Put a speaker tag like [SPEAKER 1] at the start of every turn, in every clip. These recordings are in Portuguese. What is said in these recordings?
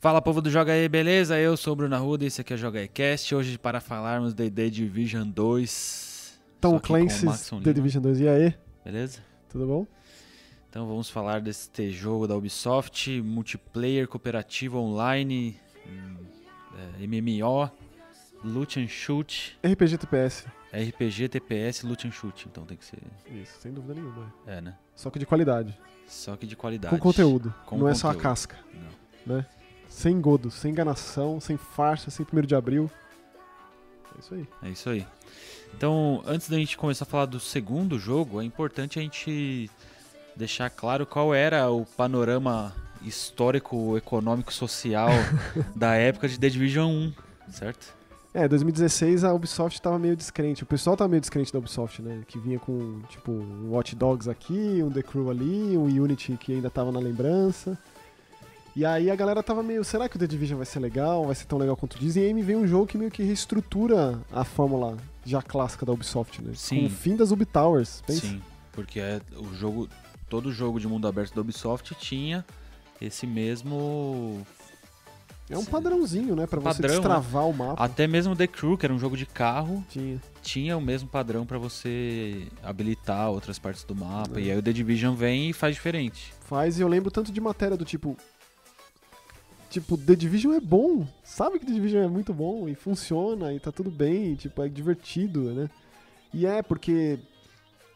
[SPEAKER 1] Fala povo do Joga aí, beleza? Eu sou o Bruno Arruda e esse aqui é o Joga aí Cast. Hoje para falarmos de The Division 2.
[SPEAKER 2] Tom
[SPEAKER 1] só que com o né?
[SPEAKER 2] Clancy's
[SPEAKER 1] Maxon
[SPEAKER 2] The
[SPEAKER 1] Lima,
[SPEAKER 2] Division 2. E aí,
[SPEAKER 1] Beleza?
[SPEAKER 2] tudo bom?
[SPEAKER 1] Então vamos falar deste jogo da Ubisoft, multiplayer, cooperativo online, hum, é, MMO, loot and shoot,
[SPEAKER 2] RPG TPS.
[SPEAKER 1] RPG, TPS, loot and shoot. Então tem que ser,
[SPEAKER 2] Isso, sem dúvida nenhuma.
[SPEAKER 1] é né?
[SPEAKER 2] Só que de qualidade.
[SPEAKER 1] Só que de qualidade.
[SPEAKER 2] Com conteúdo.
[SPEAKER 1] Com
[SPEAKER 2] não é só a
[SPEAKER 1] conteúdo.
[SPEAKER 2] casca. né?
[SPEAKER 1] Não.
[SPEAKER 2] Sem godo, sem enganação, sem farsa, sem primeiro de abril. É isso aí.
[SPEAKER 1] É isso aí. Então, antes da gente começar a falar do segundo jogo, é importante a gente deixar claro qual era o panorama histórico, econômico, social da época de The Division 1, certo?
[SPEAKER 2] É, 2016 a Ubisoft tava meio descrente. O pessoal tava meio descrente da Ubisoft, né? Que vinha com, tipo, um Watch Dogs aqui, um The Crew ali, um Unity que ainda tava na lembrança. E aí a galera tava meio, será que o The Division vai ser legal? Vai ser tão legal quanto dizem? E aí me vem um jogo que meio que reestrutura a fórmula já clássica da Ubisoft, né?
[SPEAKER 1] Sim.
[SPEAKER 2] Com o fim das Ubitowers, pensa.
[SPEAKER 1] Sim, porque é o jogo, todo jogo de mundo aberto da Ubisoft tinha esse mesmo,
[SPEAKER 2] É um padrãozinho, né? Pra você
[SPEAKER 1] Padrão,
[SPEAKER 2] destravar o mapa.
[SPEAKER 1] até mesmo The Crew, que era um jogo de carro,
[SPEAKER 2] Tinha.
[SPEAKER 1] tinha o mesmo padrão pra você habilitar outras partes do mapa.
[SPEAKER 2] É.
[SPEAKER 1] E aí o The Division vem e faz diferente.
[SPEAKER 2] Faz, e eu lembro tanto de matéria do tipo. Tipo, The Division é bom. Sabe que The Division é muito bom e funciona e tá tudo bem, e, tipo, é divertido, né? E é, porque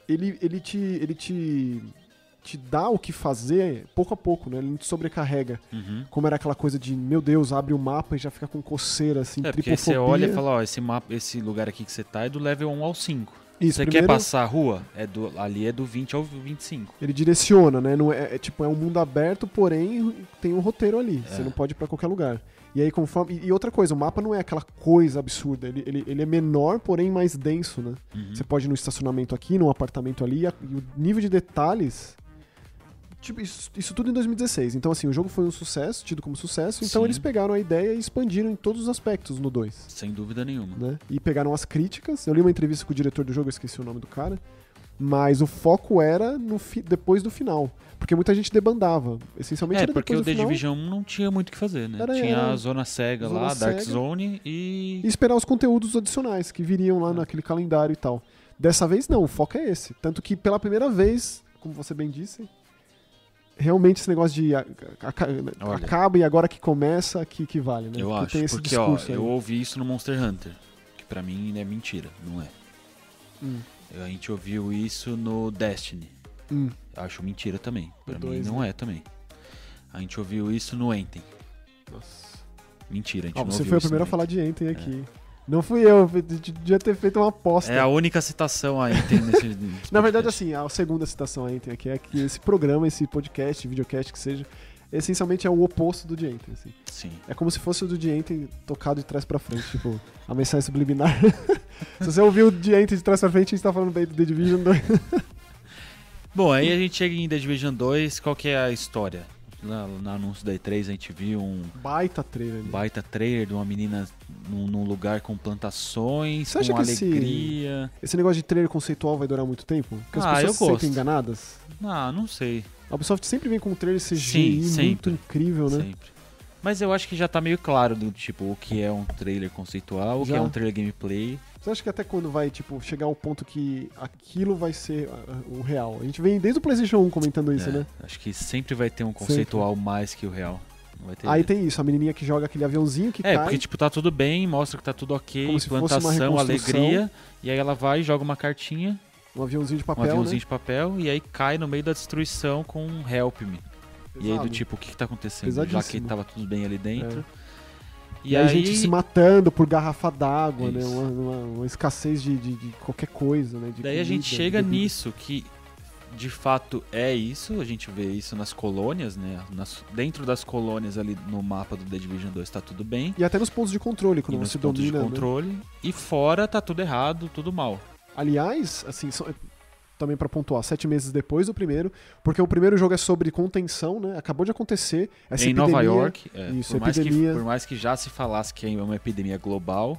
[SPEAKER 2] ele, ele te. ele te. te dá o que fazer pouco a pouco, né? Ele não te sobrecarrega.
[SPEAKER 1] Uhum.
[SPEAKER 2] Como era aquela coisa de, meu Deus, abre o mapa e já fica com coceira, assim,
[SPEAKER 1] É, porque aí você
[SPEAKER 2] tripofobia.
[SPEAKER 1] olha e fala, ó, esse, mapa, esse lugar aqui que você tá é do level 1 ao 5.
[SPEAKER 2] Isso,
[SPEAKER 1] você
[SPEAKER 2] primeiro-
[SPEAKER 1] quer passar a rua? É do, ali é do 20 ao 25.
[SPEAKER 2] Ele direciona, né? Não é, é tipo, é um mundo aberto, porém tem um roteiro ali. Você não pode ir pra qualquer lugar. E aí, conforme. E, e outra coisa, o mapa não é aquela coisa absurda. Ele, ele, ele é menor, porém mais denso, né? Você pode ir num estacionamento aqui, num apartamento ali, e, a- e o nível de detalhes. Tipo, isso, isso tudo em 2016. Então, assim, o jogo foi um sucesso, tido como sucesso. Então,
[SPEAKER 1] Sim.
[SPEAKER 2] eles pegaram a ideia e expandiram em todos os aspectos no 2
[SPEAKER 1] Sem dúvida nenhuma.
[SPEAKER 2] né? E pegaram as críticas. Eu li uma entrevista com o diretor do jogo, eu esqueci o nome do cara. Mas o foco era no fi- depois do final. Porque muita gente debandava. Essencialmente
[SPEAKER 1] É,
[SPEAKER 2] era
[SPEAKER 1] porque
[SPEAKER 2] depois
[SPEAKER 1] o
[SPEAKER 2] do
[SPEAKER 1] The
[SPEAKER 2] final.
[SPEAKER 1] Division não tinha muito o que fazer, né?
[SPEAKER 2] Era-
[SPEAKER 1] tinha
[SPEAKER 2] era
[SPEAKER 1] a Zona Cega
[SPEAKER 2] Zona
[SPEAKER 1] lá, Dark
[SPEAKER 2] Cega.
[SPEAKER 1] Zone e...
[SPEAKER 2] E esperar os conteúdos adicionais que viriam
[SPEAKER 1] É.
[SPEAKER 2] lá naquele calendário e tal. Dessa vez não, o foco é esse. Tanto que pela primeira vez, como você bem disse, realmente esse negócio de a- aca-
[SPEAKER 1] Olha.
[SPEAKER 2] acaba e agora que começa, que, que vale, né?
[SPEAKER 1] Eu
[SPEAKER 2] Porque
[SPEAKER 1] acho,
[SPEAKER 2] tem esse
[SPEAKER 1] porque ó,
[SPEAKER 2] discurso aí.
[SPEAKER 1] eu ouvi isso no Monster Hunter, que pra mim é mentira, não é.
[SPEAKER 2] Hum.
[SPEAKER 1] A gente ouviu isso no Destiny,
[SPEAKER 2] Hum.
[SPEAKER 1] acho mentira também. Pra mim
[SPEAKER 2] dois, né?
[SPEAKER 1] não é também. A gente ouviu isso no Enten,
[SPEAKER 2] Nossa.
[SPEAKER 1] mentira, a gente
[SPEAKER 2] Ó,
[SPEAKER 1] não
[SPEAKER 2] você
[SPEAKER 1] ouviu
[SPEAKER 2] foi o
[SPEAKER 1] isso né? É. no
[SPEAKER 2] primeiro a
[SPEAKER 1] Enten.
[SPEAKER 2] falar de Enten aqui. Não fui eu, eu devia ter feito uma aposta.
[SPEAKER 1] É a única citação aí que tem nesse. nesse
[SPEAKER 2] Na verdade,
[SPEAKER 1] podcast.
[SPEAKER 2] assim, a segunda citação a Enten aqui é que esse programa, esse podcast, videocast que seja, essencialmente é o oposto do de Enten, assim.
[SPEAKER 1] Sim.
[SPEAKER 2] É como se fosse o do de Enten tocado de trás pra frente, tipo, a mensagem subliminar. se você ouviu o de Enten de trás pra frente, a gente tá falando bem do The Division 2.
[SPEAKER 1] Bom, aí a gente chega em The Division 2, qual que é a história? Na- no anúncio da E3 a gente viu um
[SPEAKER 2] Baita trailer. né?
[SPEAKER 1] baita trailer de uma menina num, num lugar com plantações,
[SPEAKER 2] Você acha
[SPEAKER 1] com
[SPEAKER 2] que esse-
[SPEAKER 1] alegria.
[SPEAKER 2] Esse negócio de trailer conceitual vai durar muito tempo? Porque as
[SPEAKER 1] Ah, eu
[SPEAKER 2] pessoas se
[SPEAKER 1] gosto.
[SPEAKER 2] sentem enganadas?
[SPEAKER 1] Ah, não sei,
[SPEAKER 2] A Ubisoft sempre vem com um trailer CGI
[SPEAKER 1] Sim,
[SPEAKER 2] muito
[SPEAKER 1] sempre.
[SPEAKER 2] incrível, né?
[SPEAKER 1] sempre. Mas eu acho que já tá meio claro do tipo o que é um trailer conceitual, o que
[SPEAKER 2] Já.
[SPEAKER 1] é um trailer gameplay.
[SPEAKER 2] Você acha que até quando vai, tipo, chegar ao ponto que aquilo vai ser ah, o real? A gente vem desde o PlayStation 1 comentando isso,
[SPEAKER 1] É,
[SPEAKER 2] né?
[SPEAKER 1] Acho que sempre vai ter um conceitual mais que o real. Não vai ter
[SPEAKER 2] Aí tem isso, a menininha que joga aquele aviãozinho que
[SPEAKER 1] É,
[SPEAKER 2] cai.
[SPEAKER 1] porque, tipo, tá tudo bem, mostra que tá tudo ok,
[SPEAKER 2] Como se fosse uma
[SPEAKER 1] plantação,
[SPEAKER 2] reconstrução.
[SPEAKER 1] alegria, e aí ela vai, joga uma cartinha,
[SPEAKER 2] Um aviãozinho de
[SPEAKER 1] um
[SPEAKER 2] papel,
[SPEAKER 1] aviãozinho
[SPEAKER 2] né?
[SPEAKER 1] de papel, e aí cai no meio da destruição com um help me. E aí do
[SPEAKER 2] Pesado.
[SPEAKER 1] tipo, o que que tá acontecendo? Já
[SPEAKER 2] Pesadíssimo.
[SPEAKER 1] que tava tudo bem ali dentro.
[SPEAKER 2] É.
[SPEAKER 1] E,
[SPEAKER 2] E aí,
[SPEAKER 1] aí,
[SPEAKER 2] a gente se matando por garrafa d'água, né?
[SPEAKER 1] Isso.
[SPEAKER 2] Uma, uma- uma escassez de, de- de qualquer coisa, né? De
[SPEAKER 1] daí a gente
[SPEAKER 2] comida,
[SPEAKER 1] chega
[SPEAKER 2] de bebida.
[SPEAKER 1] nisso, que de fato é isso, a gente vê isso nas colônias, né? Nas- dentro das colônias ali no mapa do The Division 2 tá tudo bem.
[SPEAKER 2] E até nos pontos de controle,
[SPEAKER 1] E
[SPEAKER 2] quando
[SPEAKER 1] nos
[SPEAKER 2] você
[SPEAKER 1] pontos
[SPEAKER 2] domina.
[SPEAKER 1] de
[SPEAKER 2] né?
[SPEAKER 1] controle. E fora tá tudo errado, tudo mal.
[SPEAKER 2] Aliás, assim, só- também pra pontuar, sete meses depois do primeiro, porque o primeiro jogo é sobre contenção, né? Acabou de acontecer. Essa
[SPEAKER 1] em Nova
[SPEAKER 2] epidemia-
[SPEAKER 1] York, é,
[SPEAKER 2] Isso,
[SPEAKER 1] por, mais que,
[SPEAKER 2] epidemia.
[SPEAKER 1] por mais que já se falasse que é uma epidemia global,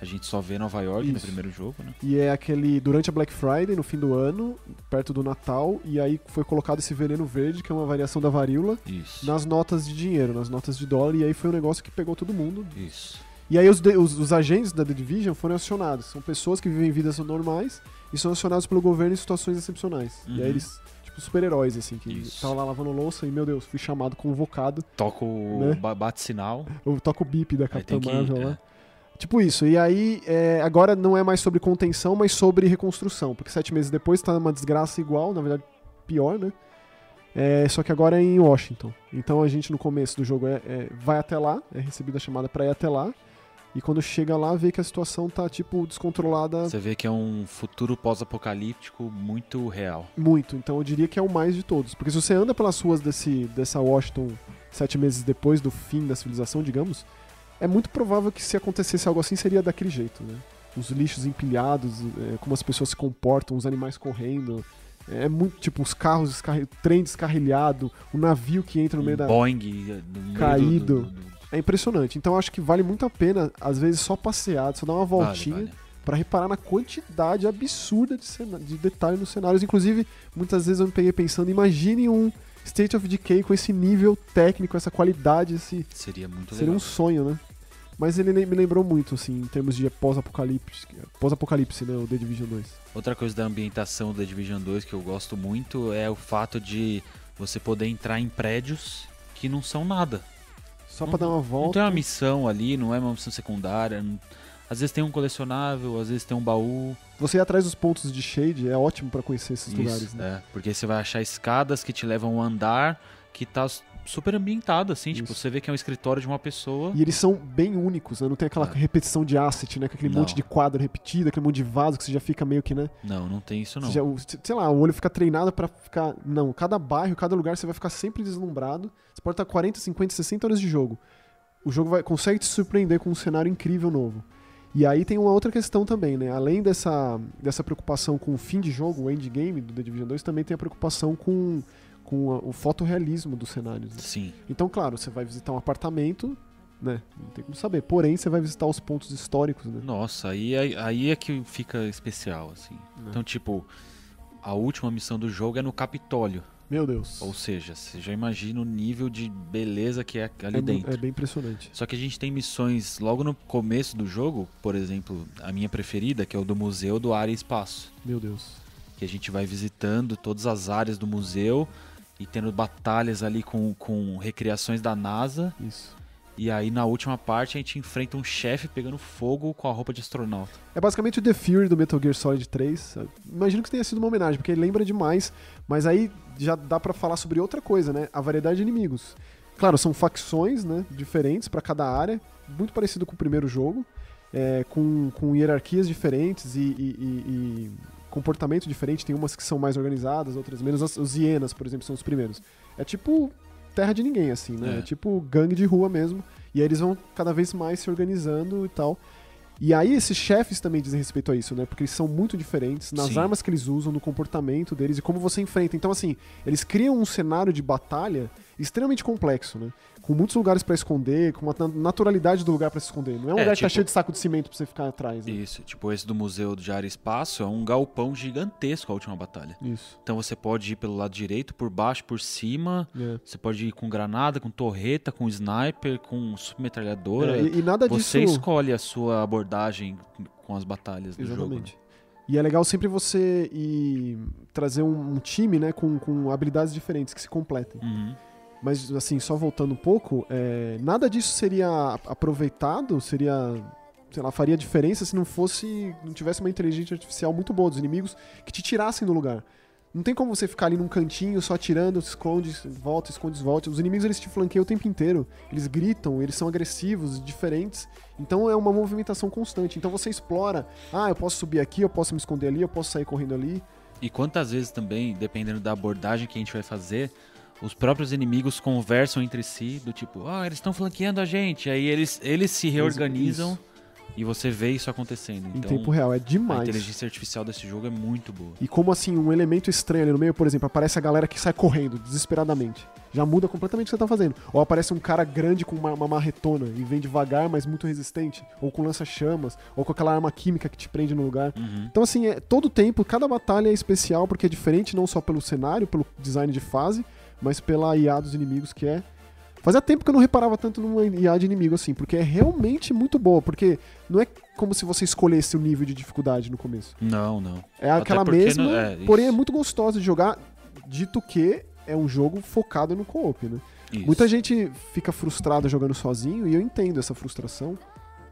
[SPEAKER 1] A gente só vê Nova York no
[SPEAKER 2] Isso.
[SPEAKER 1] primeiro jogo, né?
[SPEAKER 2] E é aquele. Durante a Black Friday, no fim do ano, perto do Natal, e aí foi colocado esse veneno verde, que é uma variação da varíola,
[SPEAKER 1] Isso.
[SPEAKER 2] nas notas de dinheiro, nas notas de dólar, e aí foi um negócio que pegou todo mundo.
[SPEAKER 1] Isso.
[SPEAKER 2] E aí os, de- os- os agentes da The Division foram acionados. São pessoas que vivem vidas normais e são acionados pelo governo em situações excepcionais. E
[SPEAKER 1] Uhum.
[SPEAKER 2] aí eles, tipo, super-heróis, assim, que
[SPEAKER 1] Isso.
[SPEAKER 2] estavam lá lavando louça e, meu Deus, fui chamado, convocado.
[SPEAKER 1] Toca o
[SPEAKER 2] Né?
[SPEAKER 1] ba- bate-sinal.
[SPEAKER 2] Eu toco o bip da
[SPEAKER 1] Aí
[SPEAKER 2] Capitã
[SPEAKER 1] tem que.
[SPEAKER 2] Marvel lá.
[SPEAKER 1] é,
[SPEAKER 2] Tipo isso. E aí, é, agora não é mais sobre contenção, mas sobre reconstrução. Porque sete meses depois tá uma desgraça igual, na verdade, pior, né? É, só que agora é em Washington. Então a gente, no começo do jogo, é, é, vai até lá, é recebida a chamada pra ir até lá. E quando chega lá, vê que a situação tá, tipo, descontrolada
[SPEAKER 1] Você vê que é um futuro pós-apocalíptico muito real.
[SPEAKER 2] muito. Então eu diria que é o mais de todos. Porque se você anda pelas ruas desse, dessa Washington sete meses depois do fim da civilização, digamos, é muito provável que se acontecesse algo assim seria daquele jeito, né? Os lixos empilhados, é, como as pessoas se comportam, os animais correndo. É muito tipo os carros, descarri- o trem descarrilhado, o navio que entra no meio
[SPEAKER 1] Um
[SPEAKER 2] da.
[SPEAKER 1] Boeing eh, no meio do-
[SPEAKER 2] Caído.
[SPEAKER 1] do- do- do-
[SPEAKER 2] É impressionante. Então eu acho que vale muito a pena, às vezes, só passear, só dar uma
[SPEAKER 1] Vale,
[SPEAKER 2] voltinha.
[SPEAKER 1] vale.
[SPEAKER 2] Pra reparar na quantidade absurda de, cena- de detalhe nos cenários. Inclusive, muitas vezes eu me peguei pensando, imagine um State of Decay com esse nível técnico, essa qualidade, esse...
[SPEAKER 1] Seria muito
[SPEAKER 2] seria um
[SPEAKER 1] legal.
[SPEAKER 2] sonho, né? Mas ele le- me lembrou muito, assim, em termos de pós-apocalipse, pós-apocalipse, né, o The Division 2.
[SPEAKER 1] Outra coisa da ambientação do The Division 2 que eu gosto muito é o fato de você poder entrar em prédios que não são nada.
[SPEAKER 2] Só
[SPEAKER 1] Uhum.
[SPEAKER 2] pra dar uma
[SPEAKER 1] Não tem
[SPEAKER 2] volta,
[SPEAKER 1] uma missão ali, não é uma missão secundária. não- Às vezes tem um colecionável, às vezes tem um baú.
[SPEAKER 2] você ir atrás dos pontos de shade é ótimo pra conhecer esses
[SPEAKER 1] Isso,
[SPEAKER 2] lugares, né?
[SPEAKER 1] é, porque você vai achar escadas que te levam a um andar que tá s- super ambientado, assim. Tipo,
[SPEAKER 2] Isso.
[SPEAKER 1] você vê que é um escritório de uma pessoa.
[SPEAKER 2] E eles são bem únicos, né? Não tem aquela
[SPEAKER 1] É.
[SPEAKER 2] repetição de asset, né? Com aquele
[SPEAKER 1] Não.
[SPEAKER 2] monte de quadro repetido, aquele monte de vaso que você já fica meio que, né?
[SPEAKER 1] Não, não tem isso não.
[SPEAKER 2] Já, o- sei lá, o olho fica treinado pra ficar. Não, cada bairro, cada lugar você vai ficar sempre deslumbrado. Você pode estar 40, 50, 60 horas de jogo. O jogo vai, consegue te surpreender com um cenário incrível novo. E aí tem uma outra questão também, né? Além dessa, dessa preocupação com o fim de jogo, o endgame do The Division 2, também tem a preocupação com, com a- o fotorrealismo dos cenários. né?
[SPEAKER 1] Sim.
[SPEAKER 2] Então, claro, você vai visitar um apartamento, né? Não tem como saber. Porém, você vai visitar os pontos históricos, né?
[SPEAKER 1] Nossa, aí, aí- aí é que fica especial, assim.
[SPEAKER 2] Né.
[SPEAKER 1] Então, tipo, a última missão do jogo é no Capitólio.
[SPEAKER 2] Meu Deus.
[SPEAKER 1] Ou seja, você já imagina o nível de beleza que é ali
[SPEAKER 2] É, mu-
[SPEAKER 1] dentro.
[SPEAKER 2] é bem impressionante.
[SPEAKER 1] Só que a gente tem missões logo no começo do jogo, por exemplo, a minha preferida, que é o do Museu do Ar e Espaço.
[SPEAKER 2] Meu Deus.
[SPEAKER 1] Que a gente vai visitando todas as áreas do museu e tendo batalhas ali com, com recriações da NASA.
[SPEAKER 2] Isso.
[SPEAKER 1] E aí na última parte a gente enfrenta um chefe pegando fogo com a roupa de astronauta.
[SPEAKER 2] É basicamente o The Fury do Metal Gear Solid 3. Eu Imagino que tenha sido uma homenagem, porque ele lembra demais, mas aí já dá pra falar sobre outra coisa, né? A variedade de inimigos. Claro, são facções, né? Diferentes pra cada área, muito parecido com o primeiro jogo, é, com, com hierarquias diferentes e, e- e- e comportamento diferente. Tem umas que são mais organizadas, outras menos. As- Os hienas, por exemplo, são os primeiros. É tipo terra de ninguém, assim, né?
[SPEAKER 1] É.
[SPEAKER 2] é tipo gangue de rua mesmo. E aí eles vão cada vez mais se organizando e tal. E aí esses chefes também dizem respeito a isso, né? Porque eles são muito diferentes nas
[SPEAKER 1] Sim.
[SPEAKER 2] armas que eles usam, no comportamento deles e como você enfrenta. Então assim, eles criam um cenário de batalha extremamente complexo, né? Com muitos lugares pra esconder, com uma na- naturalidade do lugar pra se esconder. Não é um
[SPEAKER 1] É,
[SPEAKER 2] lugar que tá
[SPEAKER 1] tipo-
[SPEAKER 2] cheio de saco de cimento pra você ficar atrás, né?
[SPEAKER 1] Isso, tipo esse do Museu de Ar e Espaço é um galpão gigantesco a última batalha.
[SPEAKER 2] Isso.
[SPEAKER 1] Então você pode ir pelo lado direito, por baixo, por cima.
[SPEAKER 2] É.
[SPEAKER 1] Você pode ir com granada, com torreta, com sniper, com submetralhadora.
[SPEAKER 2] É, e, e nada
[SPEAKER 1] você
[SPEAKER 2] disso.
[SPEAKER 1] escolhe a sua abordagem com as batalhas do
[SPEAKER 2] Exatamente.
[SPEAKER 1] jogo. né?
[SPEAKER 2] E é legal sempre você ir trazer um, um time, né, com, com habilidades diferentes que se completem.
[SPEAKER 1] Uhum.
[SPEAKER 2] Mas, assim, só voltando um pouco, é, nada disso seria aproveitado, seria. Sei lá, faria diferença se não fosse. Não tivesse uma inteligência artificial muito boa dos inimigos que te tirassem do lugar. Não tem como você ficar ali num cantinho só atirando, se esconde, se volta, esconde, se volta. Os inimigos eles te flanqueiam o tempo inteiro. Eles gritam, eles são agressivos, diferentes. Então é uma movimentação constante. Então você explora. Ah, eu posso subir aqui, eu posso me esconder ali, eu posso sair correndo ali.
[SPEAKER 1] E quantas vezes também, dependendo da abordagem que a gente vai fazer, os próprios inimigos conversam entre si, do tipo, ah, eles estão flanqueando a gente. Aí eles, eles se reorganizam e você vê isso acontecendo.
[SPEAKER 2] Em
[SPEAKER 1] Então,
[SPEAKER 2] tempo real, é
[SPEAKER 1] a
[SPEAKER 2] demais.
[SPEAKER 1] inteligência artificial desse jogo é muito boa.
[SPEAKER 2] E como assim, um elemento estranho ali no meio, por exemplo, aparece a galera que sai correndo desesperadamente. Já muda completamente o que você tá fazendo. Ou aparece um cara grande com uma, uma marretona e vem devagar, mas muito resistente. Ou com lança-chamas, ou com aquela arma química que te prende no lugar.
[SPEAKER 1] Uhum.
[SPEAKER 2] Então, assim, é, todo tempo, cada batalha é especial, porque é diferente não só pelo cenário, pelo design de fase, mas pela IA dos inimigos, que é. Fazia tempo que eu não reparava tanto numa IA de inimigo assim, porque é realmente muito boa. Porque não é como se você escolhesse o nível de dificuldade no começo.
[SPEAKER 1] Não, não.
[SPEAKER 2] É
[SPEAKER 1] Até
[SPEAKER 2] aquela
[SPEAKER 1] porque
[SPEAKER 2] mesma,
[SPEAKER 1] não- é, isso.
[SPEAKER 2] porém é muito gostosa de jogar, dito que é um jogo focado no co-op, né?
[SPEAKER 1] Isso.
[SPEAKER 2] Muita gente fica frustrada jogando sozinho e eu entendo essa frustração.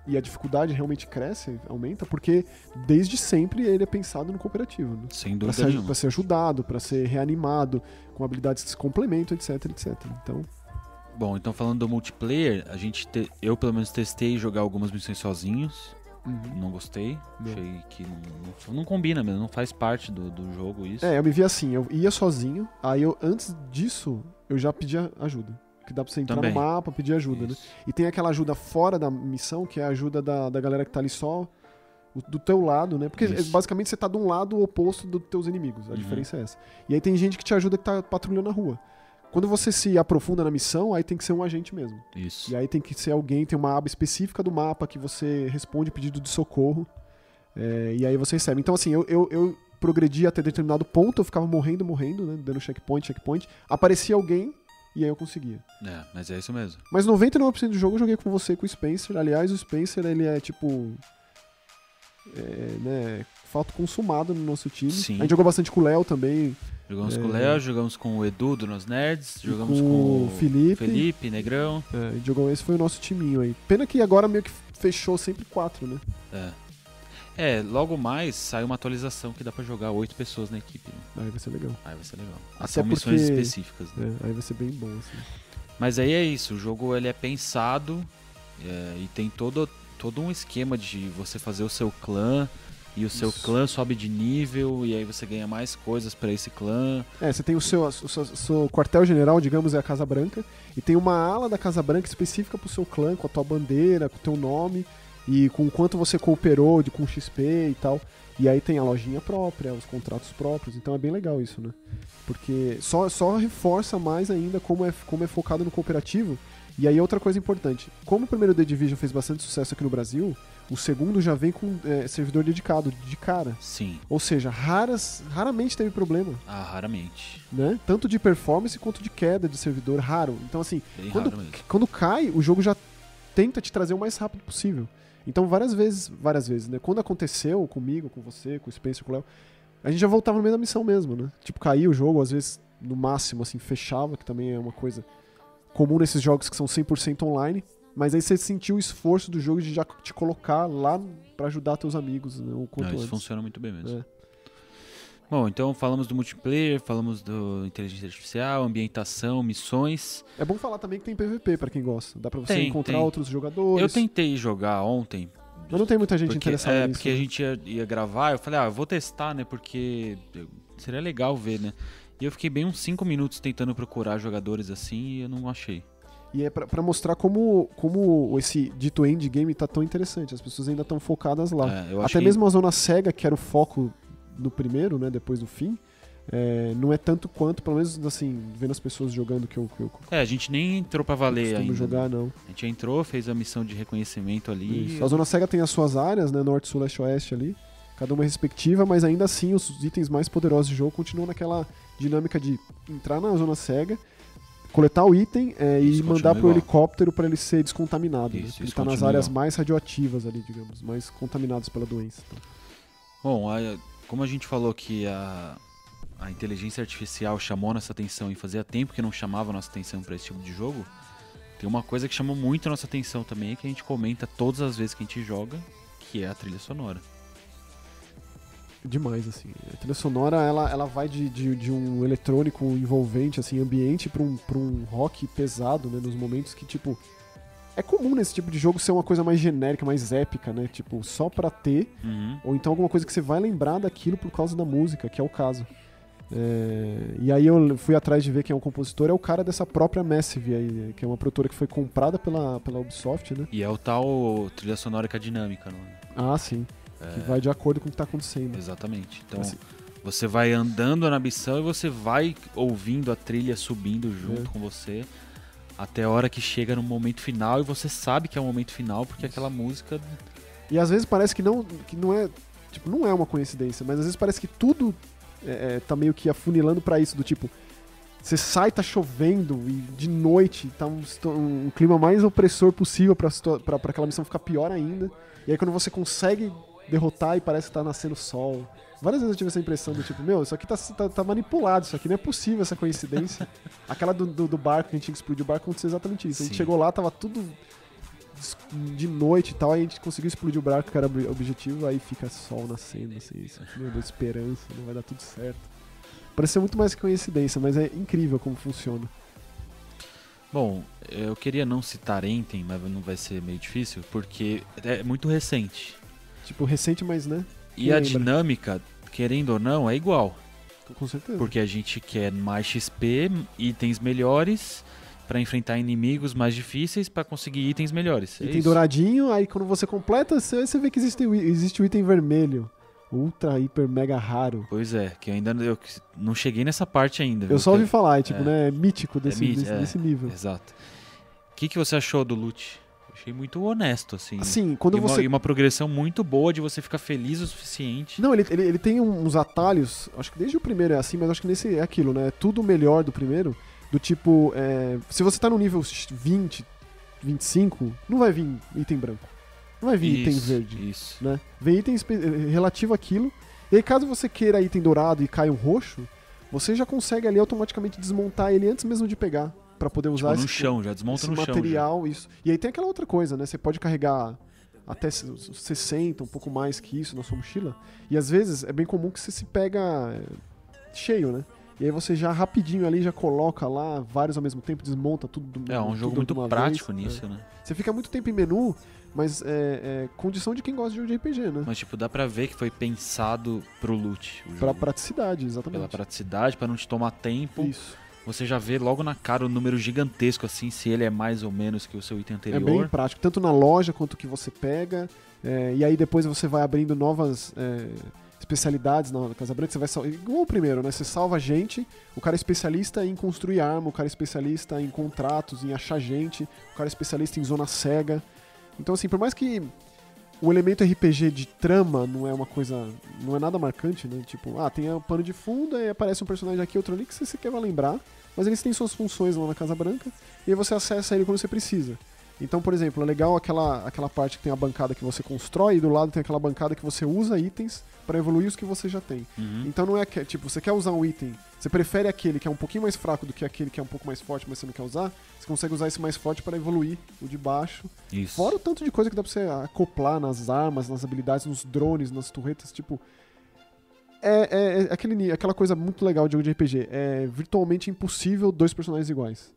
[SPEAKER 2] E a dificuldade realmente cresce, aumenta, porque desde sempre ele é pensado no cooperativo, né?
[SPEAKER 1] Sem
[SPEAKER 2] Pra
[SPEAKER 1] dúvida
[SPEAKER 2] ser,
[SPEAKER 1] nenhuma.
[SPEAKER 2] pra ser ajudado, pra ser reanimado, com habilidades que se complementam, etc, etc. Então,
[SPEAKER 1] Bom, então falando do multiplayer, a gente te- eu pelo menos testei jogar algumas missões sozinhos.
[SPEAKER 2] uhum.
[SPEAKER 1] Não gostei.
[SPEAKER 2] Não.
[SPEAKER 1] Achei que não, não- não combina mesmo, não faz parte do, do jogo isso.
[SPEAKER 2] É, eu me vi assim, eu ia sozinho, aí eu, antes disso, eu já pedia ajuda. Que dá pra você entrar
[SPEAKER 1] Também.
[SPEAKER 2] no mapa, pedir ajuda, né?
[SPEAKER 1] Isso.
[SPEAKER 2] E tem aquela ajuda fora da missão, que é a ajuda da, da galera que tá ali só o- do teu lado, né? Porque
[SPEAKER 1] Isso.
[SPEAKER 2] basicamente você tá de um lado oposto dos teus inimigos. A
[SPEAKER 1] Uhum.
[SPEAKER 2] diferença é essa. E aí tem gente que te ajuda que tá patrulhando a rua. Quando você se aprofunda na missão, aí tem que ser um agente mesmo.
[SPEAKER 1] Isso.
[SPEAKER 2] E aí tem que ser alguém, tem uma aba específica do mapa que você responde pedido de socorro. é, e aí você recebe. Então, assim, eu, eu, eu progredi até determinado ponto, eu ficava morrendo, morrendo, né? Dando checkpoint, checkpoint. Aparecia alguém e aí eu conseguia.
[SPEAKER 1] É, mas é isso mesmo.
[SPEAKER 2] Mas 99% do jogo eu joguei com você, com o Spencer. Aliás, o Spencer, ele é tipo. É, né, fato consumado no nosso time.
[SPEAKER 1] Sim.
[SPEAKER 2] A gente jogou bastante com o Léo também.
[SPEAKER 1] Jogamos
[SPEAKER 2] É.
[SPEAKER 1] com o Léo, jogamos com o Edu do Nos Nerds,
[SPEAKER 2] e
[SPEAKER 1] jogamos
[SPEAKER 2] com,
[SPEAKER 1] com
[SPEAKER 2] o Felipe.
[SPEAKER 1] Felipe, Negrão.
[SPEAKER 2] É, a gente jogou esse foi o nosso timinho aí. Pena que agora meio que fechou sempre quatro, né?
[SPEAKER 1] É. É, logo mais sai uma atualização que dá pra jogar oito pessoas na equipe. né?
[SPEAKER 2] Aí vai ser legal.
[SPEAKER 1] Aí vai ser legal.
[SPEAKER 2] Até
[SPEAKER 1] São missões
[SPEAKER 2] porque-
[SPEAKER 1] específicas. Né?
[SPEAKER 2] É, aí vai ser bem bom, assim.
[SPEAKER 1] Mas aí é isso, o jogo ele é pensado é, e tem todo, todo um esquema de você fazer o seu clã e o seu
[SPEAKER 2] Isso.
[SPEAKER 1] clã sobe de nível e aí você ganha mais coisas pra esse clã.
[SPEAKER 2] É, você tem o seu, o seu, o seu quartel-general, digamos, é a Casa Branca, e tem uma ala da Casa Branca específica pro seu clã, com a tua bandeira, com o teu nome, e com o quanto você cooperou de, com XP e tal. E aí tem a lojinha própria, os contratos próprios, então é bem legal isso, né? Porque só, só reforça mais ainda como é, como é focado no cooperativo. E aí outra coisa importante, como o primeiro The Division fez bastante sucesso aqui no Brasil, o segundo já vem com é, servidor dedicado, de cara.
[SPEAKER 1] Sim,
[SPEAKER 2] Ou seja, raras, raramente teve problema
[SPEAKER 1] ah, raramente.
[SPEAKER 2] né? Tanto de performance quanto de queda de servidor raro. Então, assim,
[SPEAKER 1] Bem
[SPEAKER 2] quando,
[SPEAKER 1] raro mesmo.
[SPEAKER 2] quando cai, o jogo já tenta te trazer o mais rápido possível. Então, várias vezes, várias vezes, né? Quando aconteceu comigo, com você, com o Spencer, com o Léo, a gente já voltava no meio da missão mesmo, né? Tipo, caía o jogo, às vezes, no máximo, assim, fechava, que também é uma coisa comum nesses jogos que são 100% online. Mas aí você sentiu o esforço do jogo de já te colocar lá pra ajudar teus amigos, né? O
[SPEAKER 1] Não,
[SPEAKER 2] quanto
[SPEAKER 1] isso
[SPEAKER 2] antes.
[SPEAKER 1] funciona muito bem mesmo.
[SPEAKER 2] É.
[SPEAKER 1] Bom, então falamos do multiplayer, falamos do inteligência artificial, ambientação, missões.
[SPEAKER 2] É bom falar também que tem PVP pra quem gosta. Dá pra você
[SPEAKER 1] Tem,
[SPEAKER 2] encontrar
[SPEAKER 1] tem.
[SPEAKER 2] outros jogadores.
[SPEAKER 1] Eu tentei jogar ontem,
[SPEAKER 2] Mas não tem muita gente
[SPEAKER 1] porque,
[SPEAKER 2] interessada
[SPEAKER 1] é,
[SPEAKER 2] nisso. né?
[SPEAKER 1] porque a gente ia, ia gravar, eu falei, ah, eu vou testar, né? Porque eu- seria legal ver, né? E eu fiquei bem uns 5 minutos tentando procurar jogadores assim e eu não achei.
[SPEAKER 2] E é pra, pra mostrar como, como esse dito endgame tá tão interessante. As pessoas ainda estão focadas lá.
[SPEAKER 1] É, eu
[SPEAKER 2] Tá. Até
[SPEAKER 1] achei-
[SPEAKER 2] mesmo a Zona Cega, que era o foco no primeiro, né? Depois do fim. é, não é tanto quanto, pelo menos assim, vendo as pessoas jogando que eu, que eu
[SPEAKER 1] É, a gente nem entrou pra valer
[SPEAKER 2] costumo
[SPEAKER 1] ainda. né?
[SPEAKER 2] jogar, não.
[SPEAKER 1] A gente entrou, fez a missão de reconhecimento ali.
[SPEAKER 2] Isso. A Zona Cega tem as suas áreas, né? Norte, Sul, Leste, Oeste ali. Cada uma é respectiva, mas ainda assim os itens mais poderosos do jogo continuam naquela dinâmica de entrar na Zona Cega, coletar o item é, e
[SPEAKER 1] Isso,
[SPEAKER 2] mandar
[SPEAKER 1] continua
[SPEAKER 2] pro
[SPEAKER 1] igual.
[SPEAKER 2] helicóptero para ele ser descontaminado. né?
[SPEAKER 1] Isso,
[SPEAKER 2] Porque Ele
[SPEAKER 1] isso,
[SPEAKER 2] tá nas
[SPEAKER 1] continua
[SPEAKER 2] áreas
[SPEAKER 1] igual.
[SPEAKER 2] mais radioativas ali, digamos, mais contaminadas pela doença. Então,
[SPEAKER 1] Bom, a- como a gente falou que a, a inteligência artificial chamou nossa atenção e fazia tempo que não chamava nossa atenção pra esse tipo de jogo, tem uma coisa que chamou muito a nossa atenção também, que a gente comenta todas as vezes que a gente joga, que é a trilha sonora.
[SPEAKER 2] Demais, assim. A trilha sonora, ela, ela vai de, de, de um eletrônico envolvente, assim, ambiente pra um, pra um rock pesado, né? Nos momentos que, tipo... É comum nesse tipo de jogo ser uma coisa mais genérica, mais épica, né? Tipo, só pra ter,
[SPEAKER 1] Uhum.
[SPEAKER 2] ou então alguma coisa que você vai lembrar daquilo por causa da música, que é o caso. É, e aí eu fui atrás de ver quem é o compositor, é o cara dessa própria Massive aí, que é uma produtora que foi comprada pela, pela Ubisoft, né?
[SPEAKER 1] E é o tal trilha sonora que é dinâmica, não é?
[SPEAKER 2] Ah, sim. Que vai de acordo com o que tá acontecendo.
[SPEAKER 1] Exatamente. Então,
[SPEAKER 2] Assim.
[SPEAKER 1] você vai andando na missão e você vai ouvindo a trilha subindo
[SPEAKER 2] É.
[SPEAKER 1] junto com você até a hora que chega no momento final e você sabe que é o momento final porque aquela música
[SPEAKER 2] E às vezes parece que não, que não é. Tipo, não é uma coincidência, mas às vezes parece que tudo é, é, tá meio que afunilando pra isso, do tipo. Você sai, tá chovendo, e de noite tá um, situ- um clima mais opressor possível pra, situa- pra, pra aquela missão ficar pior ainda. E aí quando você consegue derrotar e parece que tá nascendo sol. Várias vezes eu tive essa impressão do tipo, meu, isso aqui tá, tá, tá manipulado, isso aqui não é possível, essa coincidência. Aquela do, do, do barco que a gente tinha que explodir o barco aconteceu exatamente isso. A gente
[SPEAKER 1] Sim.
[SPEAKER 2] chegou lá, tava tudo es- de noite e tal, aí a gente conseguiu explodir o barco, que era o objetivo, aí fica sol nascendo, assim, isso aqui, meu Deus, esperança, não vai dar tudo certo. Pareceu muito mais que coincidência, mas é incrível como funciona.
[SPEAKER 1] Bom, eu queria não citar Enten, mas não vai ser meio difícil, porque é muito recente.
[SPEAKER 2] Tipo, recente, mas né?
[SPEAKER 1] E
[SPEAKER 2] Quem
[SPEAKER 1] a
[SPEAKER 2] lembra?
[SPEAKER 1] dinâmica, querendo ou não, é igual.
[SPEAKER 2] Com certeza.
[SPEAKER 1] Porque a gente quer mais XP, itens melhores, pra enfrentar inimigos mais difíceis, pra conseguir itens melhores. É
[SPEAKER 2] item
[SPEAKER 1] isso.
[SPEAKER 2] douradinho, aí quando você completa, você, você vê que existe, o i- existe o item vermelho. Ultra, hiper, mega raro.
[SPEAKER 1] Pois é, que eu ainda eu não cheguei nessa parte ainda. viu?
[SPEAKER 2] Eu só ouvi falar, é tipo,
[SPEAKER 1] é.
[SPEAKER 2] né? É mítico desse,
[SPEAKER 1] mítico,
[SPEAKER 2] desse,
[SPEAKER 1] é.
[SPEAKER 2] desse nível.
[SPEAKER 1] Exato. O que, que você achou do loot? Achei muito honesto, assim.
[SPEAKER 2] Assim,
[SPEAKER 1] e,
[SPEAKER 2] quando
[SPEAKER 1] uma,
[SPEAKER 2] você
[SPEAKER 1] e uma progressão muito boa de você ficar feliz o suficiente.
[SPEAKER 2] Não, ele, ele, ele tem um, uns atalhos, acho que desde o primeiro é assim, mas acho que nesse é aquilo, né? Tudo melhor do primeiro, do tipo, é, se você tá no nível 20, 25, não vai vir item branco. Não vai vir item
[SPEAKER 1] Isso,
[SPEAKER 2] verde,
[SPEAKER 1] Isso.
[SPEAKER 2] né? Vem item espe- eh, relativo àquilo. E aí, caso você queira item dourado e caia um roxo, você já consegue ali automaticamente desmontar ele antes mesmo de pegar, pra poder usar
[SPEAKER 1] Tipo, no
[SPEAKER 2] esse-
[SPEAKER 1] chão, já desmonta
[SPEAKER 2] esse
[SPEAKER 1] no chão. já.
[SPEAKER 2] material, isso. E aí tem aquela outra coisa, né? Você pode carregar até se- 60, um pouco mais que isso na sua mochila. E às vezes é bem comum que você se pega é, cheio, né? E aí você já rapidinho ali já coloca lá vários ao mesmo tempo, desmonta tudo. do-
[SPEAKER 1] É um
[SPEAKER 2] tudo
[SPEAKER 1] jogo
[SPEAKER 2] de
[SPEAKER 1] muito
[SPEAKER 2] uma
[SPEAKER 1] prático
[SPEAKER 2] vez,
[SPEAKER 1] nisso, né?
[SPEAKER 2] né? Você fica muito tempo em menu, mas é, é condição de quem gosta de jogo de RPG, né?
[SPEAKER 1] Mas, tipo, dá pra ver que foi pensado pro loot. O
[SPEAKER 2] Pra
[SPEAKER 1] jogo.
[SPEAKER 2] praticidade,
[SPEAKER 1] Pela
[SPEAKER 2] exatamente.
[SPEAKER 1] praticidade, pra não te tomar tempo.
[SPEAKER 2] Isso.
[SPEAKER 1] Você já vê logo na cara o número gigantesco, assim, se ele é mais ou menos que o seu item
[SPEAKER 2] É bem
[SPEAKER 1] anterior.
[SPEAKER 2] prático, tanto na loja quanto que você pega. é, e aí depois você vai abrindo novas é, especialidades na Casa Branca. Você vai sal- Igual o primeiro, né? Você salva gente. O cara é especialista em construir arma, o cara é especialista em contratos, em achar gente, o cara é especialista em zona cega. Então, assim, por mais que o elemento RPG de trama não é uma coisa. não é nada marcante, né? Tipo, ah, tem o pano de fundo, aí aparece um personagem aqui, outro ali, que você sequer vai lembrar. Mas eles têm suas funções lá na Casa Branca, e aí você acessa ele quando você precisa. Então, por exemplo, é legal aquela, aquela parte que tem a bancada que você constrói, e do lado tem aquela bancada que você usa itens pra evoluir os que você já tem.
[SPEAKER 1] Uhum.
[SPEAKER 2] Então não é que, tipo, você quer usar um item, você prefere aquele que é um pouquinho mais fraco do que aquele que é um pouco mais forte, mas você não quer usar, você consegue usar esse mais forte pra evoluir o de baixo.
[SPEAKER 1] Isso.
[SPEAKER 2] Fora o tanto de coisa que dá pra você acoplar nas armas, nas habilidades, nos drones, nas turretas, tipo. É, é- é aquele, ni- aquela coisa muito legal de jogo de RPG. É virtualmente impossível dois personagens iguais.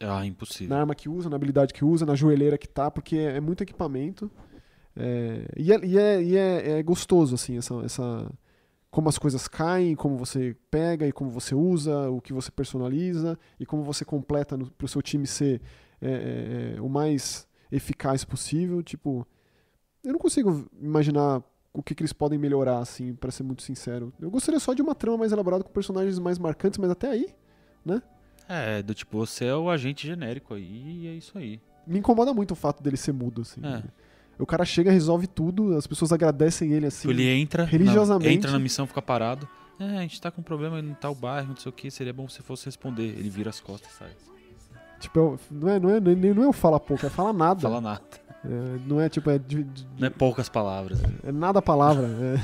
[SPEAKER 1] Ah, impossível.
[SPEAKER 2] Na arma que usa, na habilidade que usa, na joelheira que tá, porque é, é muito equipamento. É, e é, e é- e é- é gostoso, assim, essa, essa. Como as coisas caem, como você pega e como você usa, o que você personaliza e como você completa no, pro seu time ser é, é, é, o mais eficaz possível. Tipo, eu não consigo imaginar o que, que eles podem melhorar, assim, pra ser muito sincero. Eu gostaria só de uma trama mais elaborada com personagens mais marcantes, mas até aí
[SPEAKER 1] É, do tipo, você é o agente genérico aí e é isso aí.
[SPEAKER 2] me incomoda muito o fato dele ser mudo, assim.
[SPEAKER 1] É.
[SPEAKER 2] O cara chega, resolve tudo, as pessoas agradecem ele, assim.
[SPEAKER 1] Tipo, ele entra.
[SPEAKER 2] Religiosamente-
[SPEAKER 1] Na, entra na missão, fica parado. É, a gente tá com um problema em tal bairro, não sei o que, seria bom se você fosse responder. Ele vira as costas e sai.
[SPEAKER 2] Tipo, é o- não é, não é, nem- não é o fala pouco, é fala nada.
[SPEAKER 1] Fala nada.
[SPEAKER 2] É, não é, tipo, é, de- de-
[SPEAKER 1] Não é poucas palavras.
[SPEAKER 2] é nada a palavra. é.